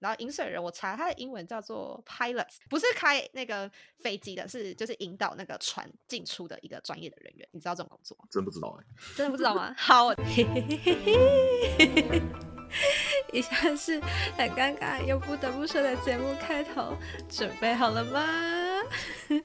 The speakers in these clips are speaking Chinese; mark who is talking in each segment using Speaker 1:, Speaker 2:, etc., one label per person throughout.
Speaker 1: 然后引水人我查他的英文叫做 pilots，不是开那个飞机的，是就是引导那个船进出的一个专业的人员。你知道这种工作吗？
Speaker 2: 真不知道哎、
Speaker 1: 真的不知道吗？ 好，我
Speaker 3: 嘿嘿嘿嘿嘿嘿，以下是很尴尬又不得不说的节目开头，准备好了吗？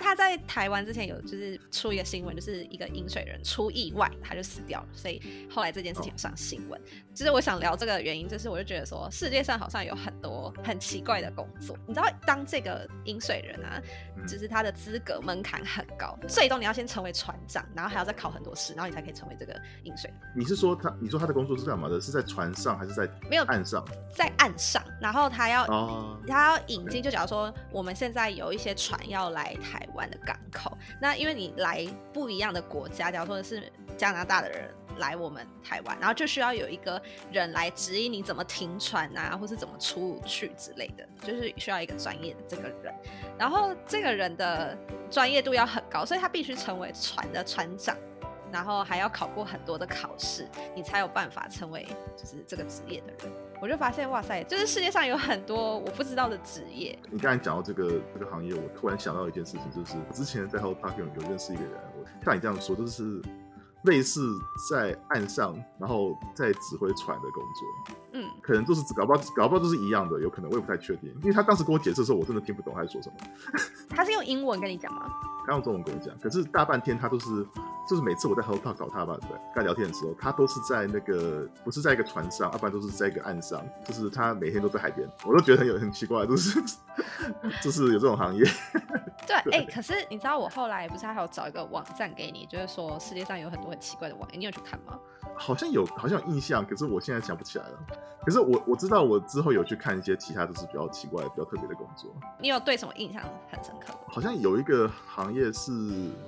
Speaker 1: 他在台湾之前有就是出一个新闻，就是一个饮水人出意外，他就死掉了，所以后来这件事情有上新闻。其实我想聊这个原因，就是我就觉得说，世界上好像有很多很奇怪的工作。你知道，当这个饮水人啊，
Speaker 2: 嗯
Speaker 1: 就是他的资格门槛很高，最终你要先成为船长，然后还要再考很多试，然后你才可以成为这个饮水人。
Speaker 2: 你是说他？你说他的工作是干嘛的？是在船上还是在
Speaker 1: 没有
Speaker 2: 岸上
Speaker 1: 在岸上，然后他要
Speaker 2: 啊？
Speaker 1: 他要引进，就假如说我们现在有一些船要来台湾的港口，那因为你来不一样的国家，假如说是加拿大的人来我们台湾，然后就需要有一个人来指引你怎么停船啊，或是怎么出去之类的，就是需要一个专业的这个人。然后这个人的专业度要很高，所以他必须成为船的船长。然后还要考过很多的考试，你才有办法成为就是这个职业的人。我就发现，哇塞，就是世界上有很多我不知道的职业。
Speaker 2: 你刚才讲到这个这个行业，我突然想到一件事情，就是之前在 Hello Talk 有有认识一个人，我像你这样说，就是类似在岸上，然后在指挥船的工作，
Speaker 1: 嗯，
Speaker 2: 可能就是搞不好搞不好都是一样的，有可能我也不太确定，因为他当时跟我解释的时候，我真的听不懂他在说什么。
Speaker 1: 他是用英文跟你讲吗？
Speaker 2: 他用中文跟我讲，可是大半天他都是，就是每次我在 Hello Talk 找他吧，对，跟他聊天的时候，他都是在那个不是在一个船上，要不然都是在一个岸上，就是他每天都在海边，我都觉得很有很奇怪，就是 就是有这种行业，
Speaker 1: 对，哎、
Speaker 2: 对
Speaker 1: 可是你知道我后来不是还有找一个网站给你，就是说世界上有很多很奇怪的网页，你有去看吗？
Speaker 2: 好像有好像有印象，可是我现在想不起来了。可是我我知道我之后有去看一些其他就是比较奇怪、比较特别的工作，
Speaker 1: 你有对什么印象很深刻吗？
Speaker 2: 好像有一个行业是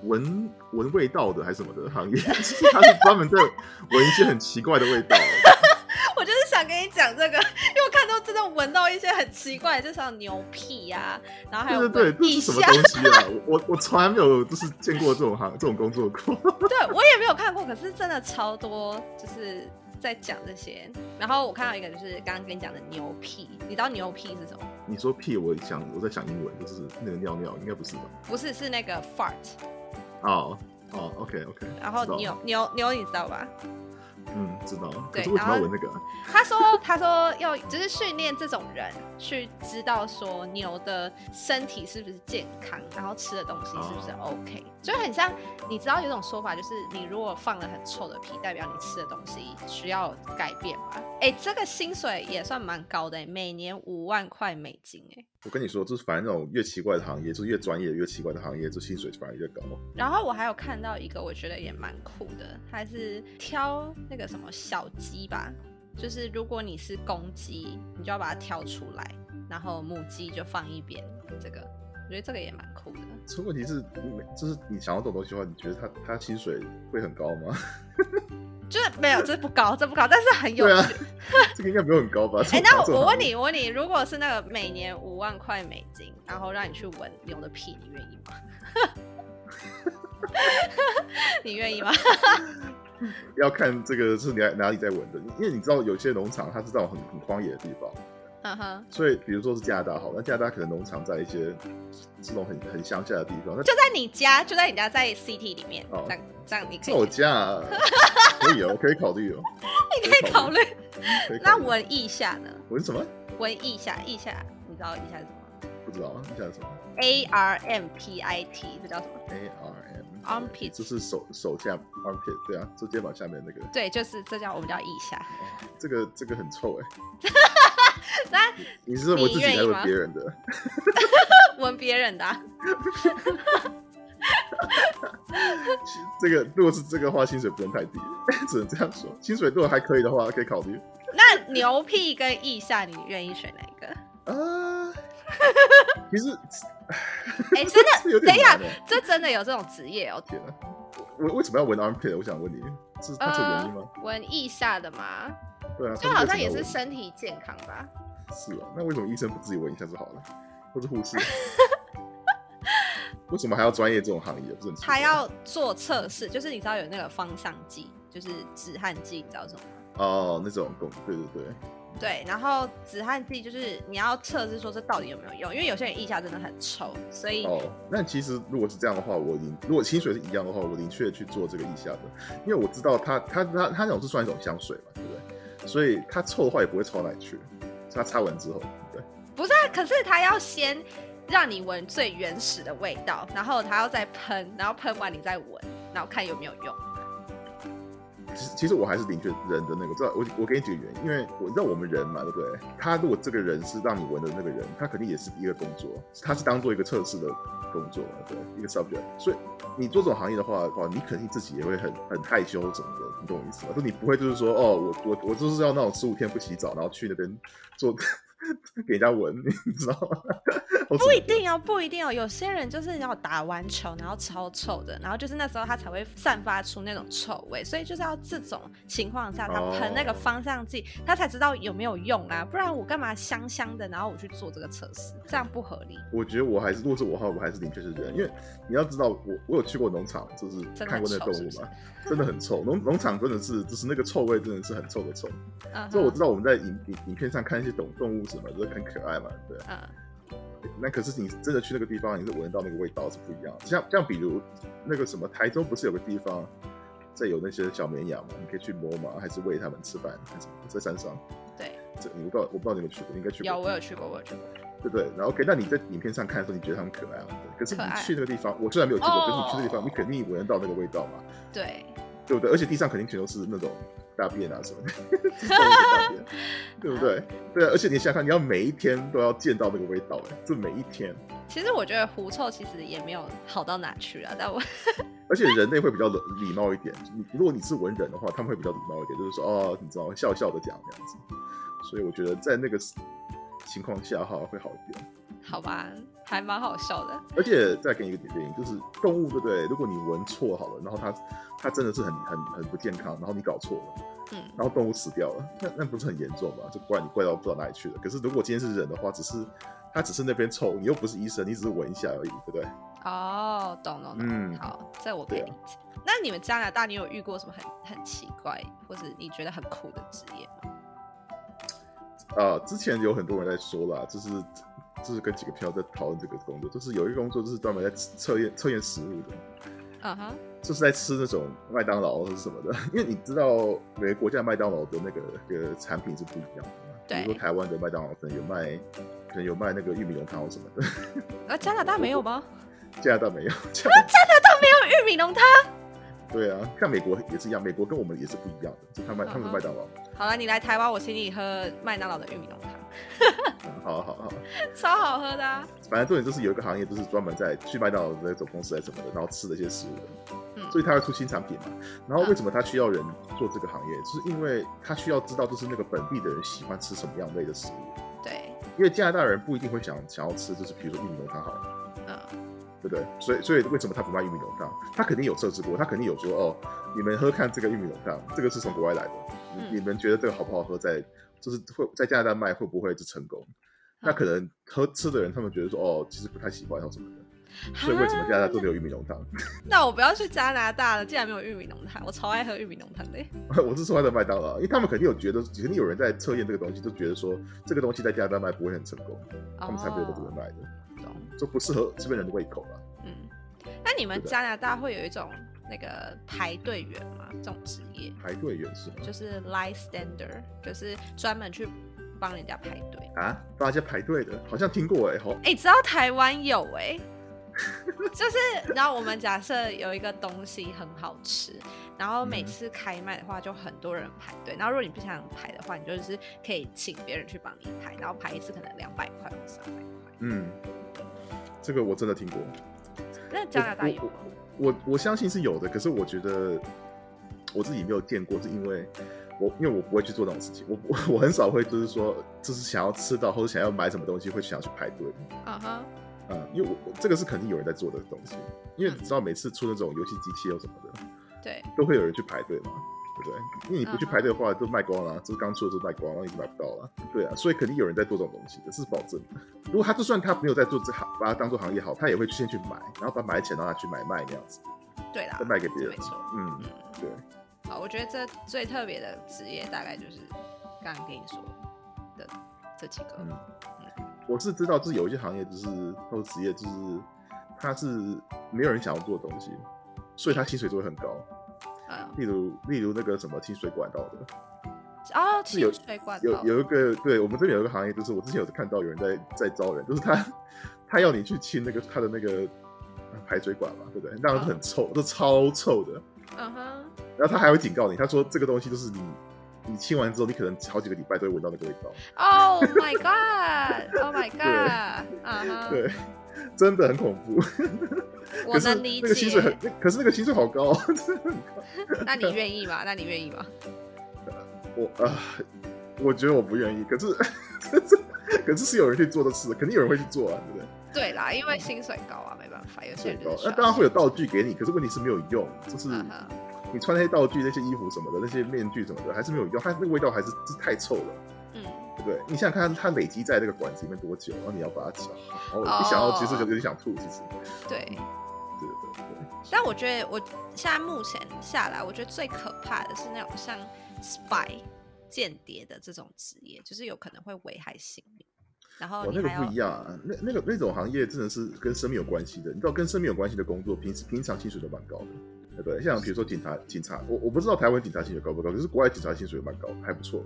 Speaker 2: 闻闻味道的还是什么的行业， 就是他是专门在闻一些很奇怪的味道。
Speaker 1: 我就是想跟你讲这个，因为我看到真的闻到一些很奇怪的，就像牛屁呀、然后还有
Speaker 2: 对对对，这
Speaker 1: 腋
Speaker 2: 是什么
Speaker 1: 下
Speaker 2: 东西啊？我我我从来没有就是见过这种行这种工作过。
Speaker 1: 对我也没有看过，可是真的超多，就是在讲这些。然后我看到一个就是刚刚跟你讲的牛屁，你知道牛屁是什么？
Speaker 2: 你说屁，我想我在想英文，就是那个尿尿，应该不是吧？
Speaker 1: 不是，是那个 fart。
Speaker 2: 哦哦，OK OK，
Speaker 1: 然后
Speaker 2: 知道
Speaker 1: 牛牛牛，你知道吧？
Speaker 2: 嗯知道，可
Speaker 1: 对
Speaker 2: 是为什
Speaker 1: 然
Speaker 2: 么要
Speaker 1: 后
Speaker 2: 闻那个啊？
Speaker 1: 他说他说要就是训练这种人去知道说牛的身体是不是健康，然后吃的东西是不是
Speaker 2: 哦
Speaker 1: OK，、就很像你知道有一种说法，就是你如果放了很臭的皮，代表你吃的东西需要改变吧？哎，这个薪水也算蛮高的，每年五万块美金哎。
Speaker 2: 我跟你说，就是反正那种越奇怪的行业，就是越专业越奇怪的行业，就薪水反而越高。
Speaker 1: 然后我还有看到一个，我觉得也蛮酷的，它是挑那个什么小鸡吧，就是如果你是公鸡，你就要把它挑出来，然后母鸡就放一边。这个我觉得这个也蛮酷的。
Speaker 2: 所以问题是，你每就是你想要这种东西的话，你觉得他他薪水会很高吗？
Speaker 1: 就是没有，这不高，这不高，但是很有
Speaker 2: 对啊
Speaker 1: 趣。，
Speaker 2: 这个应该不会很高吧？
Speaker 1: 哎、那我我问
Speaker 2: 你，
Speaker 1: 你，我问你，如果是那个每年五万块美金，然后让你去闻牛的屁，你愿意 吗？你愿意吗？
Speaker 2: 要看这个是哪哪里在闻的，因为你知道有些农场它是这种很很荒野的地方。
Speaker 1: 嗯哼，
Speaker 2: 所以，比如说是加拿大好，那加拿大可能农场在一些这种很很乡下的地方，那
Speaker 1: 就在你家，就在你家，在 CT 里面，
Speaker 2: 哦
Speaker 1: 这样这样你可
Speaker 2: 在
Speaker 1: 以
Speaker 2: 我
Speaker 1: 接
Speaker 2: 家啊可以哦，可以考虑哦，
Speaker 1: 你可以考虑。
Speaker 2: 可以考虑。
Speaker 1: 那闻一下呢？
Speaker 2: 闻什么？
Speaker 1: 闻一下，一下，你知道一下是什么
Speaker 2: 不知道啊，你讲什么
Speaker 1: ？A R M P I T，这叫什么？
Speaker 2: ？A R M
Speaker 1: Armpit
Speaker 2: 就是手手下 armpit，对啊，就肩膀下面那个，
Speaker 1: 对，就是这叫我们叫腋下。
Speaker 2: 这个这个很臭哎、
Speaker 1: 那
Speaker 2: 你是我自己
Speaker 1: 你愿意
Speaker 2: 还是
Speaker 1: 吗
Speaker 2: 别人的？
Speaker 1: 闻别人的、啊，
Speaker 2: 这个如果是这个的话，薪水不能太低， 只能这样说。薪水如果还可以的话，可以考虑
Speaker 1: 那牛屁跟腋下，你愿意选哪 一个？
Speaker 2: 啊。 其实
Speaker 1: 哎、真
Speaker 2: 是有
Speaker 1: 的，等
Speaker 2: 点
Speaker 1: 一下
Speaker 2: 难，欸
Speaker 1: 这真的有这种职业哦。
Speaker 2: 天啊！我我为什么要闻 armpit？我想问你，是它是有原因吗？
Speaker 1: 闻腋下的嘛，
Speaker 2: 对啊，
Speaker 1: 就
Speaker 2: 他们
Speaker 1: 好
Speaker 2: 为什
Speaker 1: 像
Speaker 2: 么
Speaker 1: 也
Speaker 2: 要
Speaker 1: 是
Speaker 2: 闻
Speaker 1: 身体健康吧。
Speaker 2: 是哦，那为什么医生不自己闻一下就好了，或是护 士？为什么还要专业这种行业？不是很奇怪
Speaker 1: 他要做测试，就是你知道有那个芳香剂，就是止汗剂，你知道是什么吗？
Speaker 2: 哦那种工，对对对，
Speaker 1: 对，然后止汗剂就是你要测试说这到底有没有用，因为有些人腋下真的很臭，所以
Speaker 2: 哦，那其实如果是这样的话，我宁如果薪水是一样的话，我宁缺去做这个意下的，因为我知道它它它它那种是算一种香水嘛，对不对？所以它臭的话也不会臭到哪里去，它擦完之后，对，
Speaker 1: 不是、啊，可是它要先让你闻最原始的味道，然后它要再喷，然后喷完你再闻，然后看有没有用。
Speaker 2: 其实其实我还是宁缺人的那个，知道我我给你几个原因，因为我知道我们人嘛，对不对？他如果这个人是让你闻的那个人，他肯定也是一个工作，他是当做一个测试的工作嘛，对不对，一个 subject。所以你做这种行业的话，哇，你肯定自己也会很很害羞什么的，你懂我意思吗？就你不会就是说，哦，我我我就是要那种十五天不洗澡，然后去那边做 给人家闻，你知道吗？我
Speaker 1: 不一定哦，不一定哦。有些人就是要打完球，然后超臭的，然后就是那时候他才会散发出那种臭味，所以就是要这种情况下，
Speaker 2: 哦
Speaker 1: 他喷那个芳香剂，他才知道有没有用啊。不然我干嘛香香的，然后我去做这个测试，这样不合理。
Speaker 2: 我觉得我还是，如果是我的话，我还是宁缺是人，因为你要知道，我我有去过农场，就是
Speaker 1: 真的
Speaker 2: 看过那个
Speaker 1: 很
Speaker 2: 动
Speaker 1: 臭
Speaker 2: 物
Speaker 1: 是不
Speaker 2: 嘛，真的很臭。农农场真的是，就是那个臭味真的是很臭的臭。
Speaker 1: 嗯哼，
Speaker 2: 所以我知道我们在影影影片上看一些动动物什么，都很可爱嘛，对。啊
Speaker 1: 嗯，
Speaker 2: 那可是你真的去那个地方，你是闻到那个味道是不一样的。像像比如那个什么，台中不是有个地方，在有那些小绵羊嘛，你可以去摸嘛，还是喂它们吃饭，还是在山上。
Speaker 1: 对，
Speaker 2: 这你不知道，我不知道你有没有去过，你应该去过。
Speaker 1: 有我有去过，我有去过。
Speaker 2: 对对，然后 OK，那你在影片上看的时候，你觉得它们可爱嘛？对可是
Speaker 1: 可爱
Speaker 2: 你去那个地方，我虽然没有去过，可是你去那个地
Speaker 1: 哦
Speaker 2: 方，你肯定闻得到那个味道嘛，
Speaker 1: 对，
Speaker 2: 对不对？而且地上肯定全都是那种大便啊什么的， 就是动物的大便，对 不对？对啊，而且你想想看，你要每一天都要见到那个味道、哎，这每一天。
Speaker 1: 其实我觉得狐臭其实也没有好到哪去啊，但我
Speaker 2: 而且人类会比较礼礼貌一点。你如果你是文人的话，他们会比较礼貌一点，就是说哦，你知道，笑笑的讲这样子。所以我觉得在那个情况下哈会好一点。
Speaker 1: 好吧，还蛮好笑的。
Speaker 2: 而且再给你一个点，就是动物对不对？如果你闻错好了，然后它它真的是很很很不健康，然后你搞错了，
Speaker 1: 嗯，
Speaker 2: 然后动物死掉了，那那不是很严重吗？就怪你怪到不知道哪里去了。可是如果今天是人的话，只是它只是那边臭，你又不是医生，你只是闻一下而已，对不对？
Speaker 1: 哦，懂懂懂，
Speaker 2: 嗯
Speaker 1: 好，这我可以
Speaker 2: 对啊
Speaker 1: 理解。那你们加拿大，你有遇过什么很很奇怪，或者你觉得很酷的职业吗？
Speaker 2: 啊，之前有很多人在说啦，就是就是跟几个朋友在讨论这个工作，就是有一个工作就是专门在测验测验食物的，
Speaker 1: 嗯哼，
Speaker 2: 就是在吃那种麦当劳或是什么的， 因为你知道每个国家麦当劳的那个那个产品是不一样的嘛，比
Speaker 1: 对
Speaker 2: 如说台湾的麦当劳可能有卖可能有卖那个玉米浓汤或什么的，
Speaker 1: 那、加拿大没有吗？
Speaker 2: 加拿大没有，加拿大
Speaker 1: 没有玉米浓汤。
Speaker 2: 对啊，像美国也是一样，美国跟我们也是不一样的，就他们他
Speaker 1: 嗯
Speaker 2: 们是
Speaker 1: 哼
Speaker 2: 麦当劳，
Speaker 1: 好了，你来台湾，我请你喝麦当劳的玉米浓汤，
Speaker 2: 嗯好好好。
Speaker 1: 超好喝的、啊。
Speaker 2: 反正重点就是有一个行业，就是专门在去麦当劳的那种公司来什么的，然后吃的一些食物的，
Speaker 1: 嗯
Speaker 2: 所以他要出新产品嘛。然后为什么他需要人做这个行业？就是因为他需要知道，就是那个本地的人喜欢吃什么样类的食物。
Speaker 1: 对，
Speaker 2: 因为加拿大人不一定会想想要吃，就是比如说玉米浓汤好了，
Speaker 1: 嗯，
Speaker 2: 对不对？所以所以为什么他不卖玉米浓汤？他肯定有设置过，他肯定有说哦，你们喝看这个玉米浓汤，这个是从国外来的，你
Speaker 1: 嗯
Speaker 2: 你们觉得这个好不好喝在？就是会在加拿大卖会不会就成功？
Speaker 1: 嗯
Speaker 2: 那可能喝吃的人他们觉得说哦，其实不太喜欢或什么的。所以为什么加拿大都没有玉米浓汤？
Speaker 1: 那我不要去加拿大了，竟然没有玉米浓汤，我超爱喝玉米浓汤的。
Speaker 2: 我是说他的麦当劳，因为他们肯定有觉得，肯定有人在测验这个东西，就觉得说这个东西在加拿大卖不会很成功，他们才不会在这边
Speaker 1: 哦
Speaker 2: 卖的，
Speaker 1: 懂
Speaker 2: 就不适合这边人的胃口了。
Speaker 1: 嗯，那你们
Speaker 2: 对的
Speaker 1: 加拿大会有一种那个排队员吗？这种职业
Speaker 2: 排队员是吗？
Speaker 1: 就是 line stander，就是专门去帮人家排队。
Speaker 2: 啊，帮人家排队的，好像听过哎、好，
Speaker 1: 哎、知道台湾有哎、 就是然后我们假设有一个东西很好吃，然后每
Speaker 2: 嗯
Speaker 1: 次开卖的话就很多人排队，然后如果你不想排的话，你就是可以请别人去帮你排，然后排一次可能两百块或三百块。
Speaker 2: 嗯，这个我真的听过。
Speaker 1: 那加拿大有吗？
Speaker 2: 我我相信是有的，可是我觉得我自己没有见过，是因为我因为我不会去做这种事情，我 我我很少会就是说就是想要吃到或者想要买什么东西会想要去排队。
Speaker 1: 啊哈，
Speaker 2: 嗯，因为我我这个是肯定有人在做的东西，因为你知道每次出那种游戏机器又什么的，
Speaker 1: 对，
Speaker 2: 都会有人去排队嘛，对不对？因为你不去
Speaker 1: 嗯哼
Speaker 2: 排队的话，都卖光了，啊
Speaker 1: 嗯
Speaker 2: 就是刚出的时候卖光了，一直买不到了，对啊，所以肯定有人在做这种东西，这是保证 的。如果他就算他没有在做这行，把它当做行业好，他也会先去买，然后把买的钱拿拿去买卖那样子，
Speaker 1: 对啦，
Speaker 2: 再卖给别
Speaker 1: 这
Speaker 2: 人
Speaker 1: 没错。
Speaker 2: 嗯，
Speaker 1: 嗯
Speaker 2: 对。
Speaker 1: 好，我觉得这最特别的职业大概就是刚刚跟你说的，的这几个。
Speaker 2: 嗯，我是知道，就是有一些行业，就是或者职业，就是它是没有人想要做的东西，所以它薪水就会很高。
Speaker 1: 嗯，
Speaker 2: 例如，例如那个什么清水管道的，
Speaker 1: 哦，
Speaker 2: 是有
Speaker 1: 清水管道
Speaker 2: 有有一个，对我们这边有一个行业，就是我之前有看到有人在在招人，就是他他要你去清那个他的那个呃排水管嘛，对不对？那样很臭，都超臭的。
Speaker 1: 嗯哼，
Speaker 2: 然后他还会警告你，他说这个东西就是你你清完之后，你可能好几个礼拜都会闻到那个味道。
Speaker 1: Oh my god! Oh my god! 啊哈，
Speaker 2: 对， 真的很恐怖。
Speaker 1: 嗯我
Speaker 2: 可是
Speaker 1: 能理
Speaker 2: 那个薪水很
Speaker 1: 解。，
Speaker 2: 那可是那个薪水好高、哦。
Speaker 1: 那你愿意吗？那你愿意吗？
Speaker 2: 我啊、我觉得我不愿意。可是，可是，可是是有人去做的事，肯定有人会去做啊，对不对？
Speaker 1: 对啦，因为薪水高啊，没办法，有些
Speaker 2: 最
Speaker 1: 人
Speaker 2: 高
Speaker 1: 就，是
Speaker 2: 那
Speaker 1: 需
Speaker 2: 当然
Speaker 1: 要
Speaker 2: 会有道具给你，可是问题是没有用，就是
Speaker 1: 嗯哼
Speaker 2: 你穿那些道具、那些衣服什么的、那些面具什么的，还是没有用，它那个味道还是是太臭了，
Speaker 1: 嗯，
Speaker 2: 对不对？你想想看，它累积在那个管子里面多久，然后你要把它搅好，
Speaker 1: 哦
Speaker 2: 一想到其实就有点想吐，其实，
Speaker 1: 对。
Speaker 2: 对对对，
Speaker 1: 但我觉得我现在目前下来，我觉得最可怕的是那种像 spy 间谍的这种职业，就是有可能会危害性命。然后
Speaker 2: 哇，
Speaker 1: 哦你
Speaker 2: 那个
Speaker 1: 还要、
Speaker 2: 不一样啊，那那个那种行业真的是跟生命有关系的，你知道跟生命有关系的工作，平时平常薪水都蛮高的。对不对？像比如说警察，警察，我我不知道台湾警察薪水高不高，可是国外警察薪水蛮高，还不错，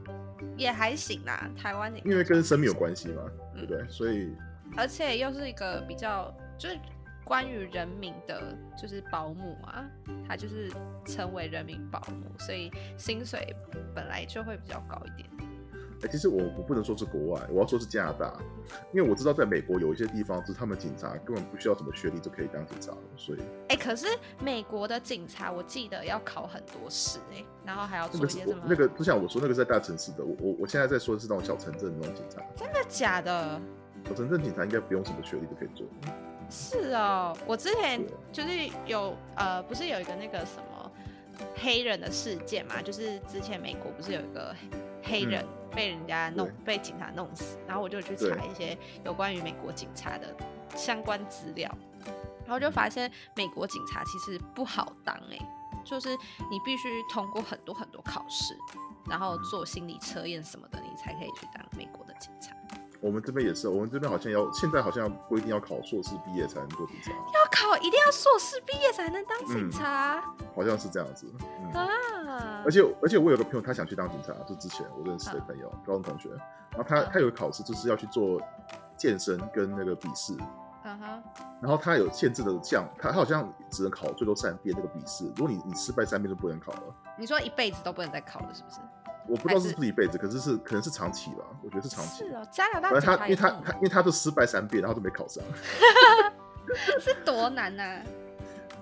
Speaker 1: 也还行啦，台湾的，
Speaker 2: 因为跟生命有关系嘛，对不
Speaker 1: 嗯
Speaker 2: 对？所以
Speaker 1: 而且又是一个比较就是关于人民的，就是保姆啊，他就是成为人民保姆，所以薪水本来就会比较高一点。
Speaker 2: 哎、其实我我不能说是国外，我要说是加拿大，因为我知道在美国有一些地方，就是他们警察根本不需要什么学历就可以当警察了，所以
Speaker 1: 哎、可是美国的警察，我记得要考很多试哎、然后还要
Speaker 2: 那
Speaker 1: 做
Speaker 2: 个
Speaker 1: 一
Speaker 2: 是
Speaker 1: 些
Speaker 2: 我
Speaker 1: 什么？
Speaker 2: 那个就像我说那个是在大城市的，我我我现在在说的是那种小城镇的那种警察，
Speaker 1: 真的假的？
Speaker 2: 小城镇警察应该不用什么学历就可以做，
Speaker 1: 是哦，我之前
Speaker 2: 对
Speaker 1: 就是有呃，不是有一个那个什么黑人的事件嘛？就是之前美国不是有一个黑
Speaker 2: 嗯
Speaker 1: 人被人家弄、
Speaker 2: 对
Speaker 1: 被警察弄死，然后我就去
Speaker 2: 对
Speaker 1: 查一些有关于美国警察的相关资料，然后就发现美国警察其实不好当哎、就是你必须通过很多很多考试，然后做心理测验什么的，你才可以去当美国的警察。
Speaker 2: 我们这边也是，我们这边好像要现在好像规定要考硕士毕业才能做警察，
Speaker 1: 要考一定要硕士毕业才能当警
Speaker 2: 嗯
Speaker 1: 察。
Speaker 2: 好像是这样子，嗯。
Speaker 1: 啊，
Speaker 2: 而且而且我有个朋友，他想去当警察，就之前我认识的朋友，高中同学，然后他
Speaker 1: 嗯
Speaker 2: 他有个考试，就是要去做健身跟那个笔试，
Speaker 1: 嗯哼，
Speaker 2: 然后他有限制的项，他他好像只能考最多三遍那个笔试，如果你你失败三遍就不能考了。
Speaker 1: 你说一辈子都不能再考了，是不是？
Speaker 2: 我不知
Speaker 1: 还
Speaker 2: 道是
Speaker 1: 是
Speaker 2: 不是一辈子，可是是可能是长期吧，我觉得是长期。
Speaker 1: 是哦，加拿大
Speaker 2: 反正他因为
Speaker 1: 警
Speaker 2: 他
Speaker 1: 察也
Speaker 2: 他因为他就失败三遍，然后就没考上，
Speaker 1: 是是多难啊呐、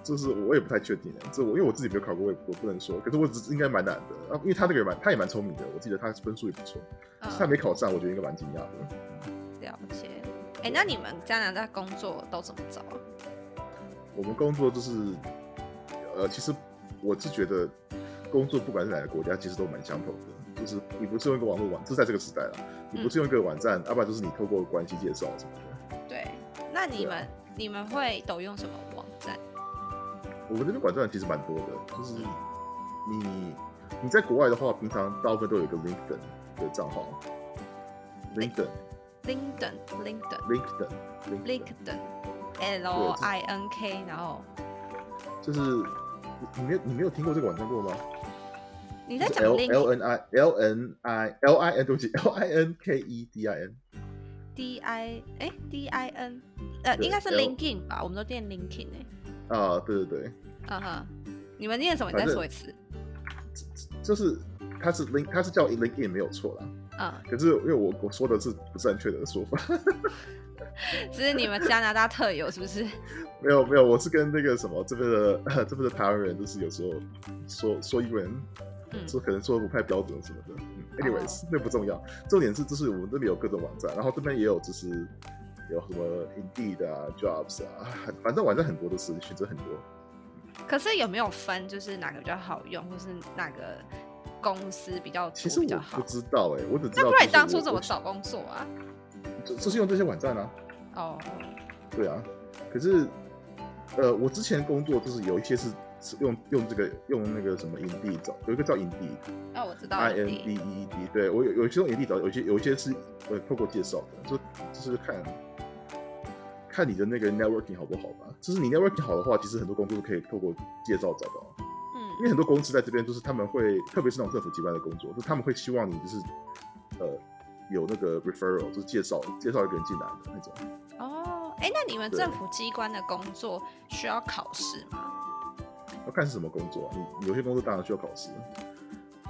Speaker 2: 就是我也不太确定，欸这我因为我自己没有考过，我也我不能说，可是我只是应该蛮难的啊，因为他那个也蛮他也蛮聪明的，我记得他分数也不错，
Speaker 1: 嗯
Speaker 2: 他没考上，我觉得应该蛮惊讶的。
Speaker 1: 了解。哎、那你们加拿大工作都怎么找啊？
Speaker 2: 我们工作就是，呃，其实我是觉得工作不管是哪个国家，其实都蛮相同的，就是你不是用一个网络网，这是在这个时代了，你不
Speaker 1: 嗯
Speaker 2: 是用一个网站，要不然就是你透过关系介绍什么的。
Speaker 1: 对，那你们、你们会都用什么网站？
Speaker 2: 我们这边网站其实蛮多的，就是
Speaker 1: 嗯
Speaker 2: 你你在国外的话，平常大部分都有一个 LinkedIn 的账号，LinkedIn
Speaker 1: ？Linden Linden
Speaker 2: LinkedIn LinkedIn，
Speaker 1: Linden L I N K，然后
Speaker 2: 就是你你没有你没有听过这个网站过吗？
Speaker 1: 你在
Speaker 2: 就是
Speaker 1: 讲
Speaker 2: L
Speaker 1: Link
Speaker 2: L N I L N I L I N 对不起 L I N K E D I N。
Speaker 1: D I 哎 D I N 呃，
Speaker 2: 对
Speaker 1: 应该是
Speaker 2: L-
Speaker 1: LinkedIn 吧？我们都念 LinkedIn 哎、
Speaker 2: 啊，对对对，
Speaker 1: 嗯哼，你们念什么？你再
Speaker 2: 反正
Speaker 1: 说一次。
Speaker 2: 就是它是 link，它是叫 LinkedIn 没有错啦。
Speaker 1: 嗯，
Speaker 2: 可是因为我我说的是不正确的说法，
Speaker 1: 只是你们加拿大特有是不是？
Speaker 2: 没有没有，我是跟那个什么这边的这边的台湾人，就是有时候说说英文，
Speaker 1: 嗯
Speaker 2: 说可能说得不太标准什么的。嗯
Speaker 1: 哦
Speaker 2: ，anyways，那不重要，重点是就是我们这边有各种网站，然后这边也有就是有什么 Indeed 啊、Jobs 啊，很反正网站很多都是选择很多。
Speaker 1: 可是有没有分，就是哪个比较好用，或是哪个公司比较
Speaker 2: 其
Speaker 1: 多
Speaker 2: 实我
Speaker 1: 哦比较好
Speaker 2: 不？知道哎、我只知
Speaker 1: 那不
Speaker 2: 道就是
Speaker 1: 然你当初
Speaker 2: 我
Speaker 1: 怎么
Speaker 2: 我
Speaker 1: 找工作啊？
Speaker 2: 就就是用这些网站啊。
Speaker 1: 哦，
Speaker 2: 对啊，可是呃，我之前工作就是有一些是用用这个用那个什么营地找，有一个叫营地
Speaker 1: 哦，我知道
Speaker 2: ，I
Speaker 1: 了
Speaker 2: N D E E D，对我有有些用营地找，有些有些是呃透过介绍的，就就是看看你的那个 networking 好不好吧。就是你 networking 好的话，其实很多工作都可以透过介绍找到。因
Speaker 1: 嗯
Speaker 2: 为很多公司在这边就是他们会，特别是那种政府机关的工作，就是他们会希望你就是呃有那个 referral，就是介绍介绍一个人进来的那种。
Speaker 1: 哦，哎，那你们
Speaker 2: 对
Speaker 1: 政府机关的工作需要考试吗？
Speaker 2: 要看是什么工作、啊，你有些工作当然需要考试，啊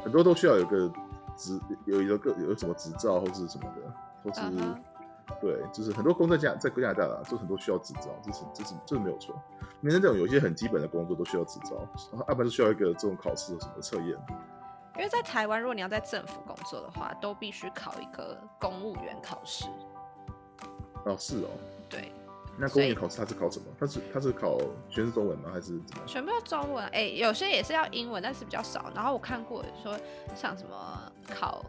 Speaker 2: 很多都需要有个执有一个有什么执照或是什么的，或是、
Speaker 1: 嗯哼
Speaker 2: 对，就是很多工作在加在加拿大啦，就很多需要执照，这是这是这是没有错。因为那种有些很基本的工作都需要执照，然后要不然就需要一个这种考试什么的测验。
Speaker 1: 因为在台湾，如果你要在政府工作的话，都必须考一个公务员考试。
Speaker 2: 哦，是哦，
Speaker 1: 对，
Speaker 2: 那公务员考试他是考什么？他是他是考全是中文吗？还是怎么样？
Speaker 1: 全部要中文，哎、有些也是要英文，但是比较少。然后我看过有说像什么考，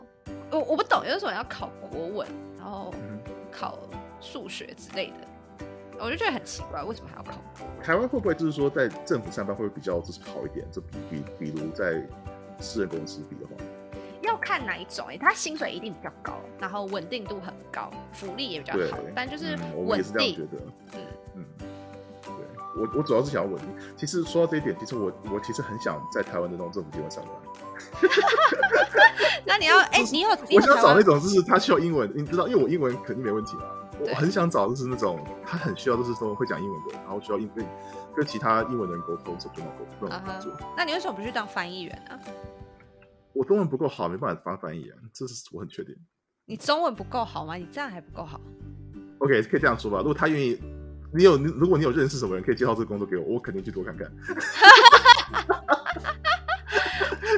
Speaker 1: 我我不懂，有一种要考国文，然后
Speaker 2: 嗯
Speaker 1: 考数学之类的，我就觉得很奇怪，为什么还要考？
Speaker 2: 台湾会不会就是说在政府上班会比较就是好一点？就比比比如在私人公司比的话，
Speaker 1: 要看哪一种、欸，他薪水一定比较高，然后稳定度很高，福利也比较
Speaker 2: 对
Speaker 1: 好，，但就是
Speaker 2: 嗯我们
Speaker 1: 稳
Speaker 2: 也是这样觉
Speaker 1: 定，
Speaker 2: 得。
Speaker 1: 嗯
Speaker 2: 嗯，对我我主要是想要稳定。其实说到这一点，其实我我其实很想在台湾的那种政府机关上班。
Speaker 1: 那你要，哎、你有，你有
Speaker 2: 我想
Speaker 1: 台
Speaker 2: 找
Speaker 1: 湾
Speaker 2: 那种就是他需要英文，你知道，因为我英文肯定没问题嘛。我
Speaker 1: 对
Speaker 2: 我很想找就是那种他很需要就是说会讲英文的，然后需要英跟跟其他英文的人沟通，什么沟通那
Speaker 1: 啊
Speaker 2: 种
Speaker 1: 哈
Speaker 2: 工作。
Speaker 1: 那你为什么不去当翻译员啊呢、
Speaker 2: 我中文不够好，没办法翻翻译啊，这是我很确定。
Speaker 1: 你中文不够好吗？你这样还不够好。
Speaker 2: OK，可以这样说吧。如果他愿意，你有如果你有认识什么人可以介绍这个工作给我，我肯定去多 看看。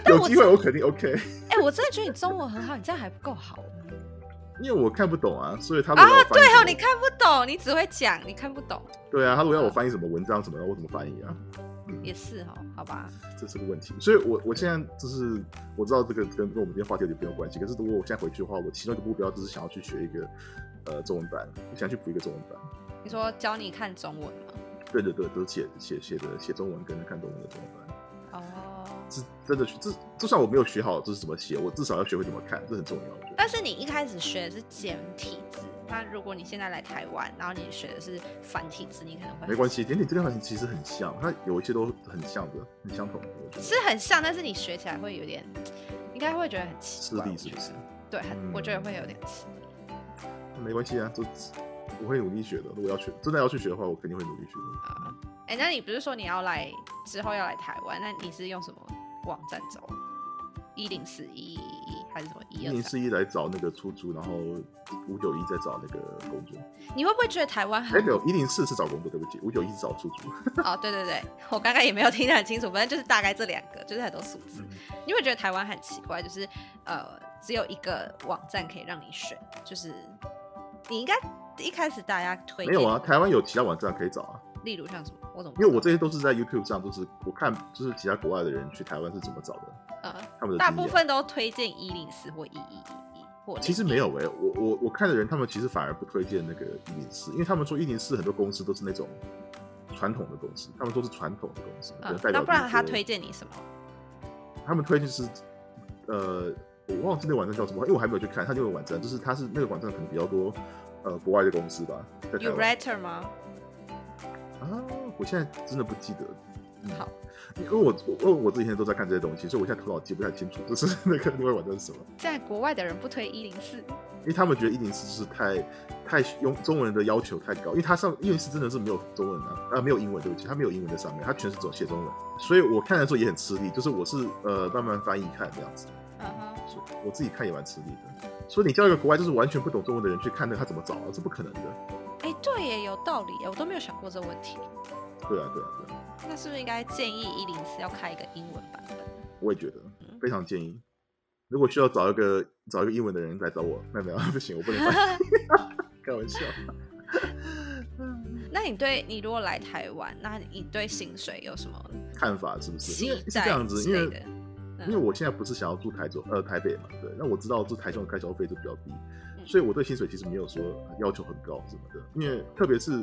Speaker 2: 有机会我肯定 OK，
Speaker 1: 哎、我真的觉得你中文很好，你这样还不够好。
Speaker 2: 因为我看不懂啊，所以他如
Speaker 1: 啊
Speaker 2: 果要我，翻译
Speaker 1: 对
Speaker 2: 什
Speaker 1: 哦，
Speaker 2: 么
Speaker 1: 你看不懂，你只会讲，你看不懂，
Speaker 2: 对啊，他如果要我翻译什么文章什么的，我怎么翻译啊？
Speaker 1: 也是哦，好吧。
Speaker 2: 这是个问题。所以我我现在就是我知道这个跟跟我们今天话题有点没有关系，可是如果我现在回去的话，我其中一个目标就是想要去学一个呃中文班，我想去补一个中文班。
Speaker 1: 你说教你看中文吗？
Speaker 2: 对对对，都是写写写的写中文跟看中文的中文班，
Speaker 1: 哦，
Speaker 2: 是真的去。这就算我没有学好，就是怎么写，我至少要学会怎么看，这很重要。我觉得
Speaker 1: 但是你一开始学的是简体字，那如果你现在来台湾，然后你学的是繁体字，你可能会
Speaker 2: 没关系，点点这个很其实很像，它有一些都很像的，很相同的。我觉得
Speaker 1: 是很像，但是你学起来会有点，应该会觉得很奇
Speaker 2: 吃
Speaker 1: 怪。
Speaker 2: 力
Speaker 1: 我
Speaker 2: 是
Speaker 1: 觉
Speaker 2: 不
Speaker 1: 得
Speaker 2: 是？
Speaker 1: 对，很，我觉得会有点吃力。
Speaker 2: 没关系啊，就我会努力学的。如果要学，真的要去学的话，我肯定会努力学的。
Speaker 1: 哎、那你不是说你要来之后要来台湾？那你是用什么网站找？一零四一一一还是什么一
Speaker 2: 一
Speaker 1: 二
Speaker 2: 零
Speaker 1: 三？
Speaker 2: 四一来找那个出租，然后五九一再找那个 工作。
Speaker 1: 你会不会觉得台湾
Speaker 2: 哎，
Speaker 1: 很
Speaker 2: 没有，一零四是找工作，对不起，五九一是找出租。
Speaker 1: 哦，对对对，我刚刚也没有听得很清楚，反正就是大概这两个，就是很多数字。
Speaker 2: 嗯
Speaker 1: 你会觉得台湾很奇怪，就是呃，只有一个网站可以让你选，就是你应该一开始大家推
Speaker 2: 没
Speaker 1: 荐
Speaker 2: 有啊，，台湾有其他网站可以找啊，
Speaker 1: 例如像什么，我怎么
Speaker 2: 因为我这些都是在 YouTube 上，都是我看就是其他国外的人去台湾是怎么找的，
Speaker 1: 呃，
Speaker 2: 他们的
Speaker 1: 大
Speaker 2: 经验
Speaker 1: 部。分都推荐一零四或一一一一或
Speaker 2: 其实
Speaker 1: 01
Speaker 2: 没有哎、我我我看的人，他们其实反而不推荐那个一零四，因为他们说一零四很多公司都是那种传统的公司，他们说是传统的公司，可
Speaker 1: 嗯
Speaker 2: 能代表
Speaker 1: 那不然
Speaker 2: 就是
Speaker 1: 他
Speaker 2: 说
Speaker 1: 推荐你什么？
Speaker 2: 他们推荐是，呃，我忘记那个网站叫什么，因为我还没有去看。他那个网站就是，他是那个网站可能比较多，呃，国外的公司吧，在台
Speaker 1: u
Speaker 2: 湾
Speaker 1: writer 吗？
Speaker 2: 啊，我现在真的不记得。嗯
Speaker 1: 好，
Speaker 2: 因为我我我这几天都在看这些东西，所以我现在头脑记不太清楚，就是那个那个网站是什么，
Speaker 1: 在国外的人不推一零四，
Speaker 2: 因为他们觉得一零四就是太太用中文的要求太高，因为它上一零四真的是没有中文啊，啊没有英文，对不起，它没有英文在上面，它全是走写中文，所以我看的时候也很吃力，就是我是呃慢慢翻译看这样子。
Speaker 1: 嗯哼，
Speaker 2: 所以我自己看也蛮吃力的。所以你叫一个国外就是完全不懂中文的人去看那个他怎么找啊？这不可能的。
Speaker 1: 哎、对耶，有道理耶，我都没有想过这个问题。
Speaker 2: 对啊，对啊，对啊，
Speaker 1: 那是不是应该建议一零四要开一个英文版本？
Speaker 2: 我也觉得
Speaker 1: 嗯
Speaker 2: 非常建议。如果需要找一个找一个英文的人来找我，那没有 不行，我不能 翻译开玩笑。
Speaker 1: 那你对你如果来台湾，那你对薪水有什么
Speaker 2: 看法是不是？因为
Speaker 1: 期
Speaker 2: 是这
Speaker 1: 待
Speaker 2: 样子，
Speaker 1: 之
Speaker 2: 因
Speaker 1: 类
Speaker 2: 为
Speaker 1: 的？嗯
Speaker 2: 因为我现在不是想要住台中呃台北嘛，对，那我知道住台中的开销费就比较低，
Speaker 1: 嗯
Speaker 2: 所以我对薪水其实没有说要求很高什么的，因为特别是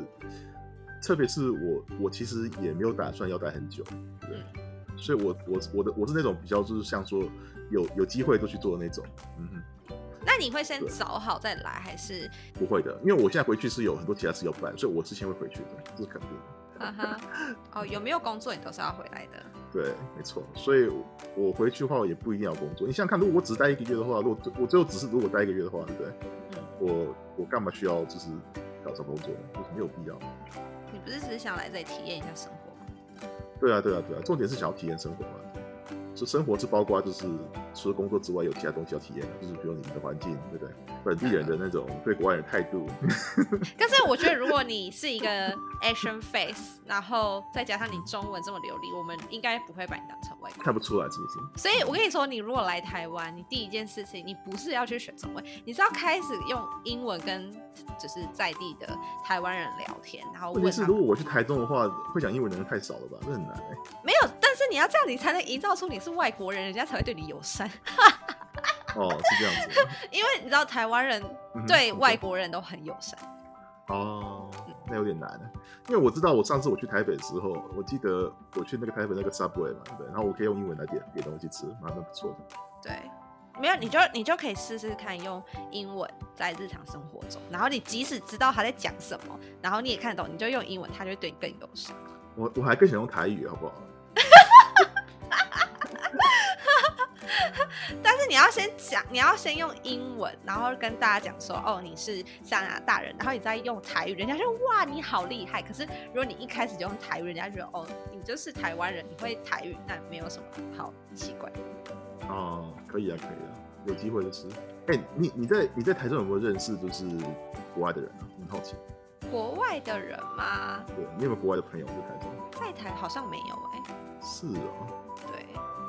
Speaker 2: 特别是我，我其实也没有打算要待很久，对，
Speaker 1: 嗯
Speaker 2: 所以我我我的我是那种比较就是像说有有机会都去做的那种，嗯哼，
Speaker 1: 那你会先
Speaker 2: 对
Speaker 1: 找好再来，还是
Speaker 2: 不会的，因为我现在回去是有很多其他事要办，所以我之前会回去的，这是肯定的。
Speaker 1: 哈哈？ 哦，有没有工作你都是要回来的。
Speaker 2: 对，没错。所以我我回去的话，我也不一定要工作。你想想看，如果我只待一个月的话，如果我最后只是如果待一个月的话，对不对？
Speaker 1: 嗯，
Speaker 2: 我我干嘛需要就是找找工作呢？就是没有必要。
Speaker 1: 你不是只是想来这里体验一下生活吗？
Speaker 2: 对啊，对啊，对啊。重点是想要体验生活嘛。就生活是包括就是除了工作之外有其他东西要体验的，就是比如你们的环境，对不对？本地人的那
Speaker 1: 嗯
Speaker 2: 种对国外人的态度，
Speaker 1: 但是我觉得，如果你是一个 Asian face，然后再加上你中文这么流利，我们应该不会把你当成外国人。
Speaker 2: 看不出来是不是？
Speaker 1: 所以我跟你说，你如果来台湾，你第一件事情，你不是要去学中文，你是要开始用英文跟就是在地的台湾人聊天，然后
Speaker 2: 问
Speaker 1: 问啊
Speaker 2: 题是
Speaker 1: 他
Speaker 2: 如
Speaker 1: 们
Speaker 2: 果我去台中的话，会讲英文的人太少了吧？那很难、欸。
Speaker 1: 没有，但是你要这样，你才能营造出你是外国人，人家才会对你友善。
Speaker 2: 哦，是这样子。
Speaker 1: 因为你知道台湾人
Speaker 2: 嗯 哼
Speaker 1: 对
Speaker 2: 你
Speaker 1: 外
Speaker 2: 说
Speaker 1: 国人都很友善，
Speaker 2: 哦，那有点难，啊因为我知道我上次我去台北的时候，我记得我去那个台北那个 Subway 嘛，对不对？然后我可以用英文来点点东西吃，蛮蛮不错的。
Speaker 1: 对。没有，你就你就可以试试看用英文在日常生活中，然后你即使知道他在讲什么，然后你也看得懂，你就用英文，他就会对你更友善。
Speaker 2: 我我还更想用台语，好不好？
Speaker 1: 但是你要先讲，你要先用英文，然后跟大家讲说，哦，你是加拿大人，然后你再用台语，人家就哇，你好厉害。可是如果你一开始就用台语，人家觉得哦，你就是台湾人，你会台语，那没有什么好奇怪的。
Speaker 2: 哦，可以啊，可以啊，有机会就是。哎、你你在你在台中有没有认识就是国外的人啊？很好奇，
Speaker 1: 国外的人吗？
Speaker 2: 对你有没有国外的朋友在台中？
Speaker 1: 在台好像没有哎、
Speaker 2: 是哦，
Speaker 1: 对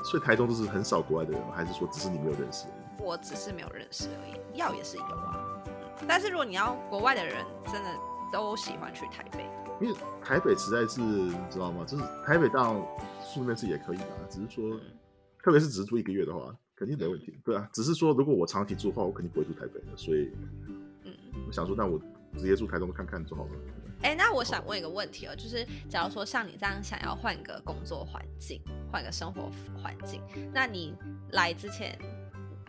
Speaker 2: 所以台中就是很少国外的人吗，还是说只是你没有认识而已？
Speaker 1: 我只是没有认识而已，要也是有啊。嗯但是如果你要国外的人，真的都喜欢去台北。
Speaker 2: 因为台北实在是你知道吗？就是台北当然住那边是也可以啦，只是
Speaker 1: 嗯
Speaker 2: 说，特别是只是住一个月的话，肯定没问题。对啊，只是说如果我长期住的话，我肯定不会住台北的，所以
Speaker 1: 嗯。
Speaker 2: 我想说，那我直接住台东看看就好了。
Speaker 1: 哎、那我想问一个问题哦，就是假如说像你这样想要换个工作环境，换个生活环境，那你来之前，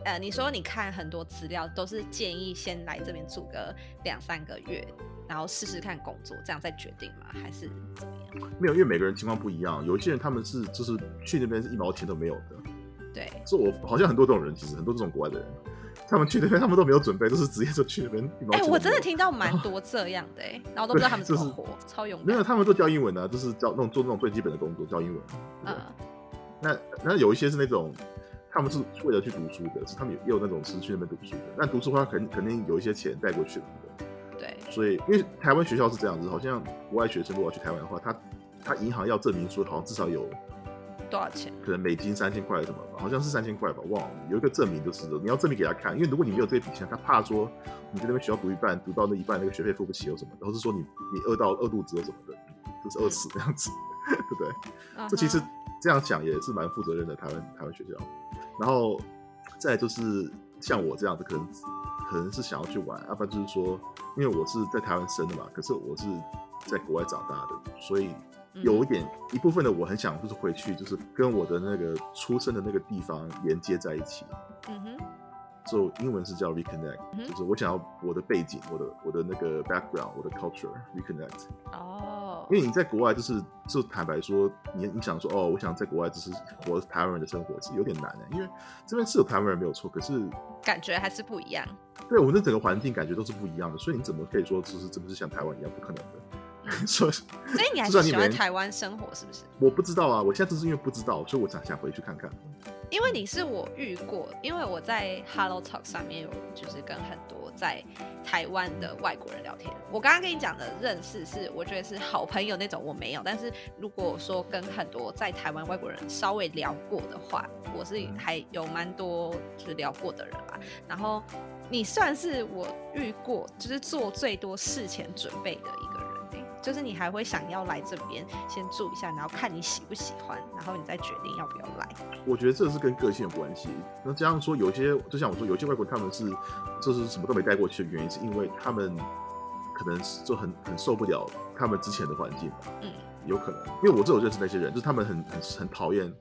Speaker 1: 呃，你说你看很多资料都是建议先来这边住个两三个月，然后试试看工作，这样再决定吗？还是怎么样？
Speaker 2: 没有，因为每个人情况不一样，有一些人他们是就是去那边是一毛钱都没有的，
Speaker 1: 对，
Speaker 2: 所以我好像很多这种人，其实很多这种国外的人，啊他们去那边他们都没有准备，就是直接就去那边一毛
Speaker 1: 哎、
Speaker 2: 钱。
Speaker 1: 我真的。听到 蛮多这样的哎、然后都不知道他们怎
Speaker 2: 对
Speaker 1: 么
Speaker 2: 就是
Speaker 1: 活，超勇
Speaker 2: 没有，
Speaker 1: 敢。
Speaker 2: 他们都教英文啊，就是教那种做那种最基本的工作，教英文。对
Speaker 1: 嗯，
Speaker 2: 那那有一些是那种，他们是为了去读书的，是他们也也有那种是去那边读书的。那读书的话，肯肯定有一些钱带过去了，对
Speaker 1: 对，
Speaker 2: 所以因为台湾学校是这样子，好像国外学生如果要去台湾的话，他他银行要证明说好像至少有
Speaker 1: 多少钱？
Speaker 2: 可能美金三千块什么吧，好像是三千块吧，忘了有一个证明就是的你要证明给他看，因为如果你没有这笔钱，他怕说你在那边学校读一半，读到那一半那个学费付不起或什么的，或是说你你饿到饿肚子或什么的，就是饿死这样子， 对不对？这其实
Speaker 1: 嗯哼
Speaker 2: 这样想也是蛮负责任的，台湾台湾学校。然后再来就是像我这样子，可能可能是想要去玩，啊要不然就是说，因为我是在台湾生的嘛，可是我是在国外长大的，所以
Speaker 1: 嗯
Speaker 2: 有一点、一部分的我很想就是回去，就是跟我的那个出生的那个地方连接在一起。
Speaker 1: 嗯哼，
Speaker 2: 就英文是叫 reconnect，、
Speaker 1: 嗯哼
Speaker 2: 就是我想要我的背景、我的我的那个 background、我的 culture reconnect。
Speaker 1: 哦
Speaker 2: 因，为你在国外就是就坦白说，你你想说哦，我想在国外就是活台湾人的生活是有点难的，因为这边是有台湾人没有错，可是
Speaker 1: 感觉还是不一样。
Speaker 2: 对我们的整个环境感觉都是不一样的，所以你怎么可以说就是真的是像台湾一样不可能
Speaker 1: 嗯
Speaker 2: 的？ 所以
Speaker 1: 所以你还
Speaker 2: 至少
Speaker 1: 是
Speaker 2: 你
Speaker 1: 喜欢
Speaker 2: 没
Speaker 1: 台湾生活是不是？
Speaker 2: 我不知道啊，我现在就是因为不知道，所以我想想回去看看。
Speaker 1: 因为你是我遇过，因为我在 Hello Talk 上面有就是跟很多在台湾的外国人聊天。我刚刚跟你讲的认识是，我觉得是好朋友那种，我没有。但是如果说跟很多在台湾外国人稍微聊过的话，我是
Speaker 2: 嗯
Speaker 1: 还有蛮多就是聊过的人啦。然后你算是我遇过就是做最多事前准备的一个人欸。就是你还会想要来这边先住一下，然后看你喜不喜欢，然后你再决定要不要来。
Speaker 2: 我觉得这是跟个性有关系。那加上说，有些就像我说，有些外国人他们是就是什么都没带过去的原因，是因为他们可能就很很受不了他们之前的环境，
Speaker 1: 嗯，
Speaker 2: 有可能，因为我这有认识那些人，就是他们很很很讨厌，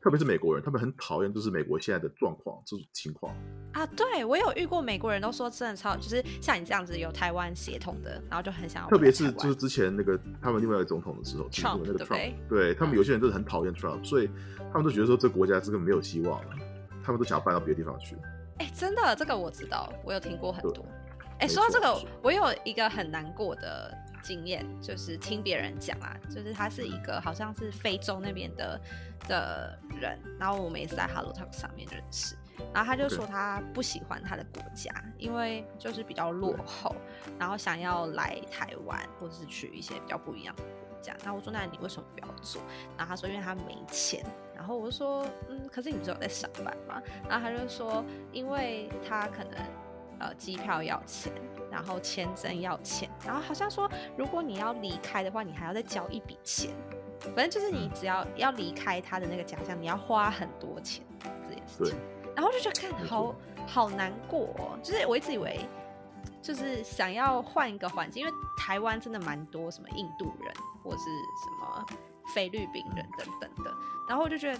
Speaker 2: 特别是美国人，他们很讨厌就是美国现在的状况，就是情况，
Speaker 1: 啊，对我有遇过美国人都说真的超，就是像你这样子有台湾血统的，然后就很想要
Speaker 2: 特
Speaker 1: 回
Speaker 2: 别
Speaker 1: 来
Speaker 2: 是
Speaker 1: 台湾
Speaker 2: 就是之前那个他们另外一个总统的时候，就是
Speaker 1: Trump，
Speaker 2: 那个
Speaker 1: 对不嗯对
Speaker 2: Trump，对他们有些人真的很讨厌 Trump，所以他们都觉得说这国家这个没有希望了，他们都想要搬到别的地方去。
Speaker 1: 哎、真的，这个我知道，我有听过很
Speaker 2: 对
Speaker 1: 多。哎、
Speaker 2: 没
Speaker 1: 说到
Speaker 2: 错
Speaker 1: 这
Speaker 2: 没
Speaker 1: 个
Speaker 2: 错，
Speaker 1: 我有一个很难过的经验，就是听别人讲啊，就是他是一个好像是非洲那边的的人，然后我们也是在 Hello Talk 上面认识，然后他就
Speaker 2: OK
Speaker 1: 说他不喜欢他的国家，因为就是比较
Speaker 2: 嗯
Speaker 1: 落后，然后想要来台湾或者是去一些比较不一样的国家。那我说那你为什么不要做？然后他说因为他没钱。然后我就说，嗯，可是你不是有在上班吗？然后他就说，因为他可能呃机票要钱，然后签证要钱，然后好像说如果你要离开的话，你还要再交一笔钱。反正就是你只要要离开他的那个家乡，你要花很多钱这件事
Speaker 2: 对
Speaker 1: 情。然后就觉得看
Speaker 2: 没
Speaker 1: 好
Speaker 2: 错
Speaker 1: 好难过、哦，就是我一直以为就是想要换一个环境，因为台湾真的蛮多什么印度人或是什么菲律宾人等等的，然后我就觉得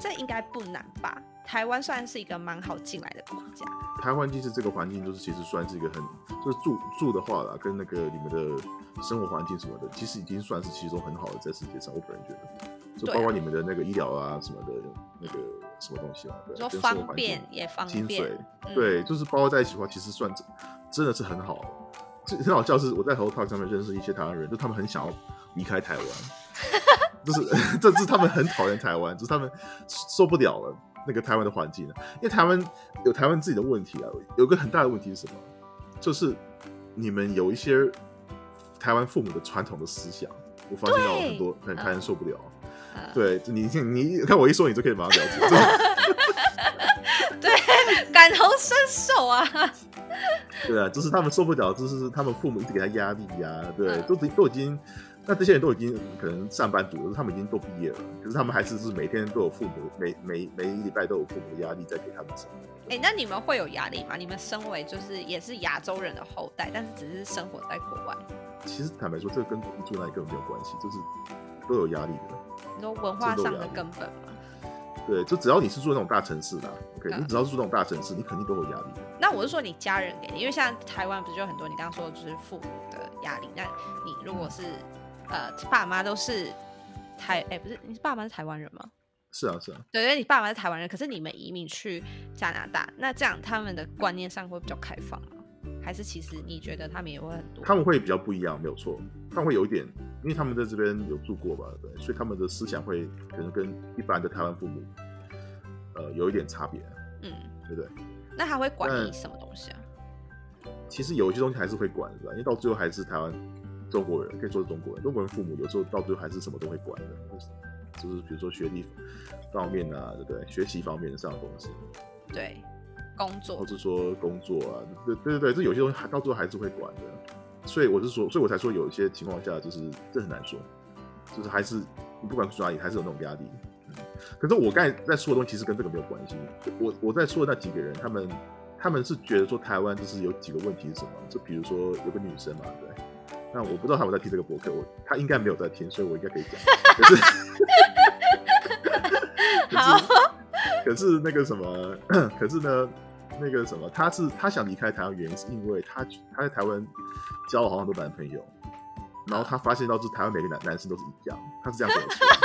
Speaker 1: 这应该不难吧。台湾算是一个蛮好进来的国家，
Speaker 2: 台湾其实这个环境就是其实算是一个很就是住住的话啦，跟那个你们的生活环境什么的，其实已经算是其中很好的在世界上，我个人觉得，就
Speaker 1: 对啊
Speaker 2: 包括你们的那个医疗啊什么的，那个什么东西啊，对
Speaker 1: 你说
Speaker 2: 啊，跟生活
Speaker 1: 方
Speaker 2: 环
Speaker 1: 便
Speaker 2: 境
Speaker 1: 也方
Speaker 2: 薪
Speaker 1: 便
Speaker 2: 水，，
Speaker 1: 嗯
Speaker 2: 对，就是包括在一起的话，其实算真真的是很好。这很好笑是我在 h o Talk 上面认识一些台湾人，就他们很想要离开 台湾，就是 这是他们很讨厌台湾，就是他们受不了了那个台湾的环境了。因为台湾有台湾自己的问题啊，有个很大的问题是什么？就是你们有一些台湾父母的传统的思想，我发现到
Speaker 1: 对
Speaker 2: 很多很台湾受不了。
Speaker 1: 嗯
Speaker 2: 对你，你看我一说你就可以马上了解， 这
Speaker 1: 感同身受啊！
Speaker 2: 对啊，就是他们受不了，就是他们父母一直给他压力呀、对，
Speaker 1: 嗯
Speaker 2: 都都已经，那这些人都已经可能上班族了，他们已经都毕业了，可是他们还是就是每天都有父母，每每每一个礼拜都有父母的压力在给他们上。
Speaker 1: 哎、那你们会有压力吗？你们身为就是也是亚洲人的后代，但是只是生活在国外，
Speaker 2: 其实坦白说，这跟住哪里根本没有关系，就是都有压力的。
Speaker 1: 你说文化
Speaker 2: 这都有
Speaker 1: 上
Speaker 2: 压
Speaker 1: 的
Speaker 2: 力
Speaker 1: 根本吗？
Speaker 2: 对，就只要你是住那种大城市啦，OK，、
Speaker 1: 嗯
Speaker 2: 你只要是住那种大城市，你肯定都有压力的。
Speaker 1: 那我是说你家人给你，因为像台湾不是就很多你刚刚说的就是父母的压力，那你如果是呃爸妈都是台哎、不是你爸妈是台湾人吗？
Speaker 2: 是啊，是啊，
Speaker 1: 对，因为你爸妈是台湾人，可是你们移民去加拿大，那这样他们的观念上会比较开放吗？还是其实你觉得他们也会很多？
Speaker 2: 他们会比较不一样，没有错，他们会有一点，因为他们在这边有住过吧，对，所以他们的思想会可能跟一般的台湾父母，呃，有一点差别，
Speaker 1: 嗯，
Speaker 2: 对不对？
Speaker 1: 那他会管你
Speaker 2: 嗯
Speaker 1: 什么东西啊？
Speaker 2: 其实有一些东西还是会管的，因为到最后还是台湾中国人，可以说是中国人，中国人父母有时候到最后还是什么都会管的，就是就是比如说学历方面啊，对不对？学习方面上的东西，
Speaker 1: 对，工
Speaker 2: 或
Speaker 1: 作
Speaker 2: 者说工作啊，对对对对，这有些东西还到最后还是会管的。所以我是说，所以我才说有一些情况下就是这很难说，就是还是你不管去哪里，还是有那种压力。嗯，可是我刚才在说的东西其实跟这个没有关系。我我在说的那几个人，他们他们是觉得说台湾就是有几个问题是什么？就比如说有个女生嘛，对。那我不知道他们在听这个博客，我他应该没有在听，所以我应该可以讲。可是，可
Speaker 1: 好
Speaker 2: 是，可是那个什么，可是呢，那个什么，他是他想离开台湾，原因是因为他他在台湾交了好像很多男朋友，然后他发现到是台湾每个男男生都是一样，他是这样跟我说的。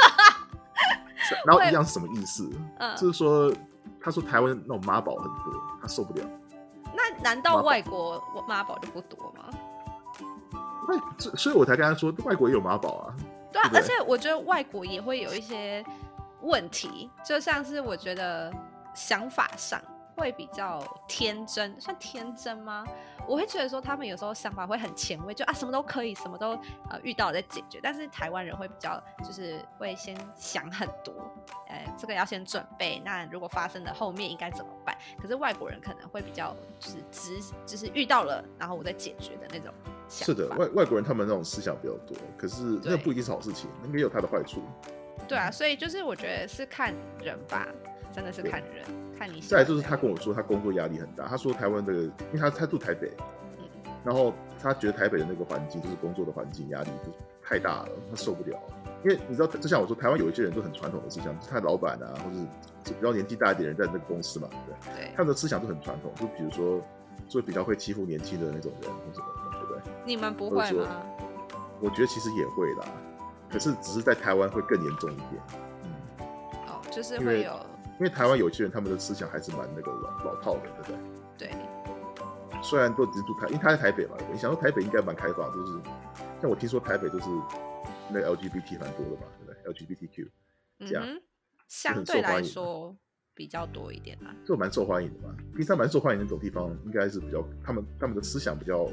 Speaker 2: 是然后一样是什么意思？
Speaker 1: 嗯，
Speaker 2: 就是说，他说台湾那种妈宝很多，他受不了。
Speaker 1: 那难
Speaker 2: 妈
Speaker 1: 道
Speaker 2: 宝
Speaker 1: 外国妈宝就不多吗？
Speaker 2: 外，所所以我才跟他说，外国也有妈宝啊。
Speaker 1: 对啊，
Speaker 2: 对
Speaker 1: 而
Speaker 2: 不
Speaker 1: 且我觉得外国也会有一些问题，就像是我觉得想法上会比较天真，算天真吗？我会觉得说他们有时候想法会很前卫，就啊什么都可以，什么都呃遇到了再解决。但是台湾人会比较就是会先想很多，呃这个要先准备，那如果发生了后面应该怎么办？可是外国人可能会比较就是直，就是遇到了然后我再解决的那种想法。
Speaker 2: 是的，外外国人他们那种思想比较多，可是
Speaker 1: 对
Speaker 2: 那不一定是好事情，那个也有他的坏处。
Speaker 1: 对啊，所以就是我觉得是看人吧，真的是看人，看你喜
Speaker 2: 再来
Speaker 1: 欢怎样。嗯
Speaker 2: 就是他跟我说，他工作压力很大，他说台湾的，因为他他住台北，然后他觉得台北的那个环境，就是工作的环境压力就是太大了，他受不了。因为你知道，就像我说，台湾有一些人都很传统的思想，就是他老板啊，或者比较年纪大一点的人在那个公司嘛，对，
Speaker 1: 对
Speaker 2: 他，们的思想都很传统，就比如说，就比较会欺负年轻的那种人，或什么的，对不对？
Speaker 1: 你们不
Speaker 2: 或者
Speaker 1: 会
Speaker 2: 说
Speaker 1: 吗？
Speaker 2: 我觉得其实也会啦，可是只是在台湾会更严重一点。嗯，
Speaker 1: 哦，就是
Speaker 2: 因
Speaker 1: 会
Speaker 2: 为
Speaker 1: 有
Speaker 2: 因为台湾有些人他们的思想还是蛮那个老老套的，对不对？
Speaker 1: 对
Speaker 2: 虽然都只是住台，因为他在台北嘛，你想说台北应该蛮开放，就是像我听说台北就是那个 LGBT 蛮多的嘛，对不对？LGBTQ
Speaker 1: 嗯
Speaker 2: 这样
Speaker 1: 哼，相
Speaker 2: 很
Speaker 1: 对
Speaker 2: 受欢
Speaker 1: 来
Speaker 2: 迎的
Speaker 1: 说比较多一点吧。啊
Speaker 2: 就蛮受欢迎的嘛。平常蛮受欢迎的那种地方，应该是比较他们他们的思想比较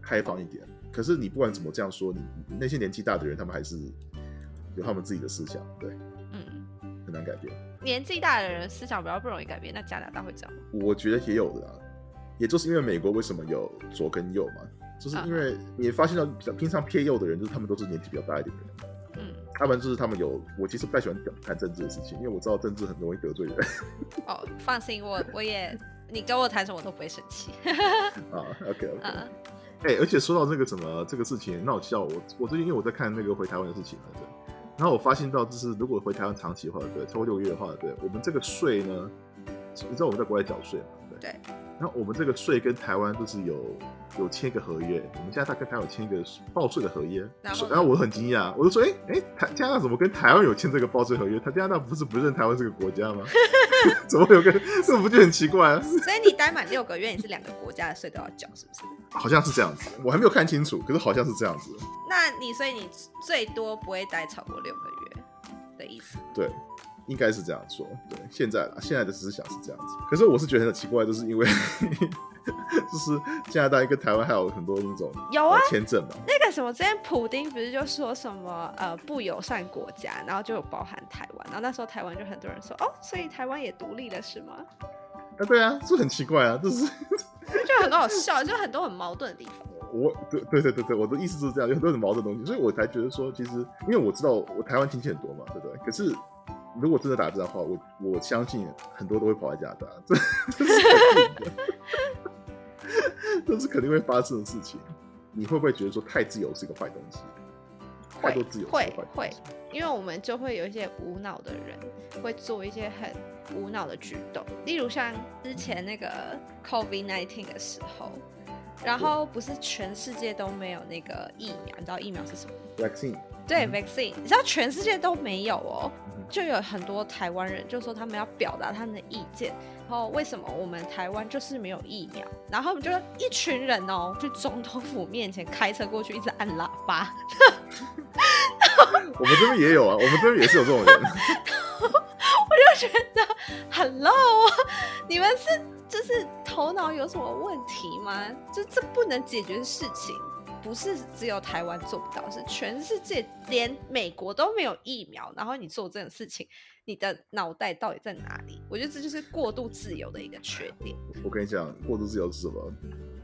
Speaker 2: 开放一点。可是你不管怎么这样说，你你那些年纪大的人，他们还是有他们自己的思想，对，
Speaker 1: 嗯，
Speaker 2: 很难改变。
Speaker 1: 年纪大的人思想比较不容易改变，那加拿大会这样吗？
Speaker 2: 我觉得也有的啊，也就是因为美国为什么有左跟右嘛，就是
Speaker 1: 嗯
Speaker 2: 因为你发现到比较平常偏右的人，就是他们都是年纪比较大一点的人，
Speaker 1: 嗯，
Speaker 2: 他们就是他们有，我其实不太喜欢谈政治的事情，因为我知道政治很容易得罪人
Speaker 1: 哦，放心，我我也，你跟我谈什么我都不会生 气。
Speaker 2: 啊。OK OK，哎、
Speaker 1: 嗯，
Speaker 2: 而且说到这个什么这个事情，那我笑，我我最近因为我在看那个回台湾的事情嘛，对，然后我发现到就是如果回台湾长期的话，对，超过六个月的话，对我们这个税呢，你知道我们在国外缴税嘛，对。
Speaker 1: 对，
Speaker 2: 那我们这个税跟台湾就是有有签一个合约，我们加拿大跟台湾有签一个报税的合约。
Speaker 1: 然后
Speaker 2: 所
Speaker 1: 呢
Speaker 2: 然后我很惊讶，我就说，哎、哎，台加拿大怎么跟台湾有签这个报税合约？他加拿大不是不认台湾是个国家吗？ 怎么有个这不就很奇怪、啊？
Speaker 1: 所以你待满六个月，你是两个国家的税都要缴，是不是？
Speaker 2: 好像是这样子，我还没有看清楚，可是好像是这样子。
Speaker 1: 那你所以你最多不会待超过六个月的意思？
Speaker 2: 对，应该是这样说。对，现在啦，现在的思想是这样子。可是我是觉得很奇怪，就是因为 就是加拿大跟台湾还有很多那种呃
Speaker 1: 有啊
Speaker 2: 签证嘛，
Speaker 1: 那个什么，之前普丁不是就说什么呃不友善国家，然后就有包含台湾，然后那时候台湾就很多人说哦，所以台湾也独立了是吗？
Speaker 2: 啊，对啊，这很奇怪啊，这是。
Speaker 1: 就觉得很好笑，就很多很矛盾的地方。
Speaker 2: 我对对对对对，我的意思就是这样，有很多很矛盾的东西，所以我才觉得说，其实因为我知道我台湾亲戚很多嘛，对不对？可是如果真的打仗的话，我我相信很多都会跑来加拿大，这这是肯定的，这是肯定会发生的事情。你会不会觉得说太自由是一个坏东西？太多自由是一个坏东西
Speaker 1: 会会因为我们就会有一些无脑的人会做一些很无脑的举动，例如像之前那个 COVID 1 9的时候，然后不是全世界都没有那个疫苗，你知道疫苗是什么吗？
Speaker 2: vaccine，
Speaker 1: 对
Speaker 2: 嗯
Speaker 1: vaccine，你知道全世界都没有哦
Speaker 2: 嗯，
Speaker 1: 就有很多台湾人就说他们要表达他们的意见，然后为什么我们台湾就是没有疫苗？然后我们就一群人哦，去总统府面前开车过去，一直按喇叭，
Speaker 2: 我们这边也有啊，我们这边也是有这种人。
Speaker 1: 觉得 hello，你们是就是头脑有什么问题吗？就这不能解决的事情，不是只有台湾做不到，是全世界连美国都没有疫苗，然后你做这种事情，你的脑袋到底在哪里？我觉得这就是过度自由的一个缺点。
Speaker 2: 我跟你讲，过度自由是什么？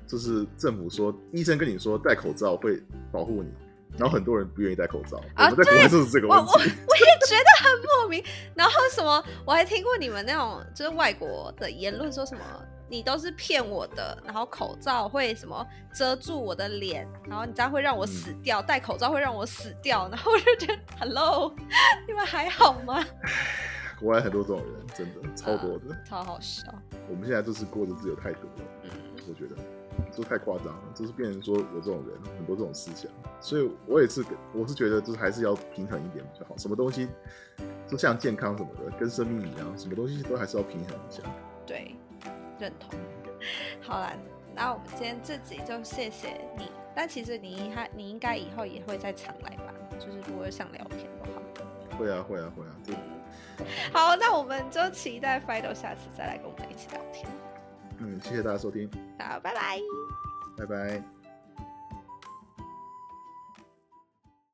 Speaker 2: 就是政府说，医生跟你说戴口罩会保护你，然后很多人不愿意戴口罩。
Speaker 1: 啊
Speaker 2: 我们在国外就是这个
Speaker 1: 我
Speaker 2: 问
Speaker 1: 我我
Speaker 2: 题。
Speaker 1: 也觉得很莫名。然后什么，我还听过你们那种就是外国的言论，说什么你都是骗我的，然后口罩会什么遮住我的脸，然后你这样会让我死掉，戴口罩会让我死掉。然后我就觉得，Hello，你们还好吗？
Speaker 2: 国外很多这种人，真的超多的。
Speaker 1: 超好笑。
Speaker 2: 我们现在就是过度自由太多了，
Speaker 1: 啊嗯，
Speaker 2: 我觉得这太夸张了，就是变成说有这种人，很多这种思想。所以我也是，我是觉得就是还是要平衡一点比较好。什么东西，就像健康什么的，跟生命一样，什么东西都还是要平衡一下。
Speaker 1: 对，认同。好啦，那我们今天这集就谢谢你。但其实你还你应该以后也会再常来吧，就是如果想聊天的话。
Speaker 2: 会啊，会啊，会啊，这
Speaker 1: 好，那我们就期待 Fido 下次再来跟我们一起聊天。
Speaker 2: 嗯，谢谢大家收听，
Speaker 1: 好，拜拜。
Speaker 2: 拜拜。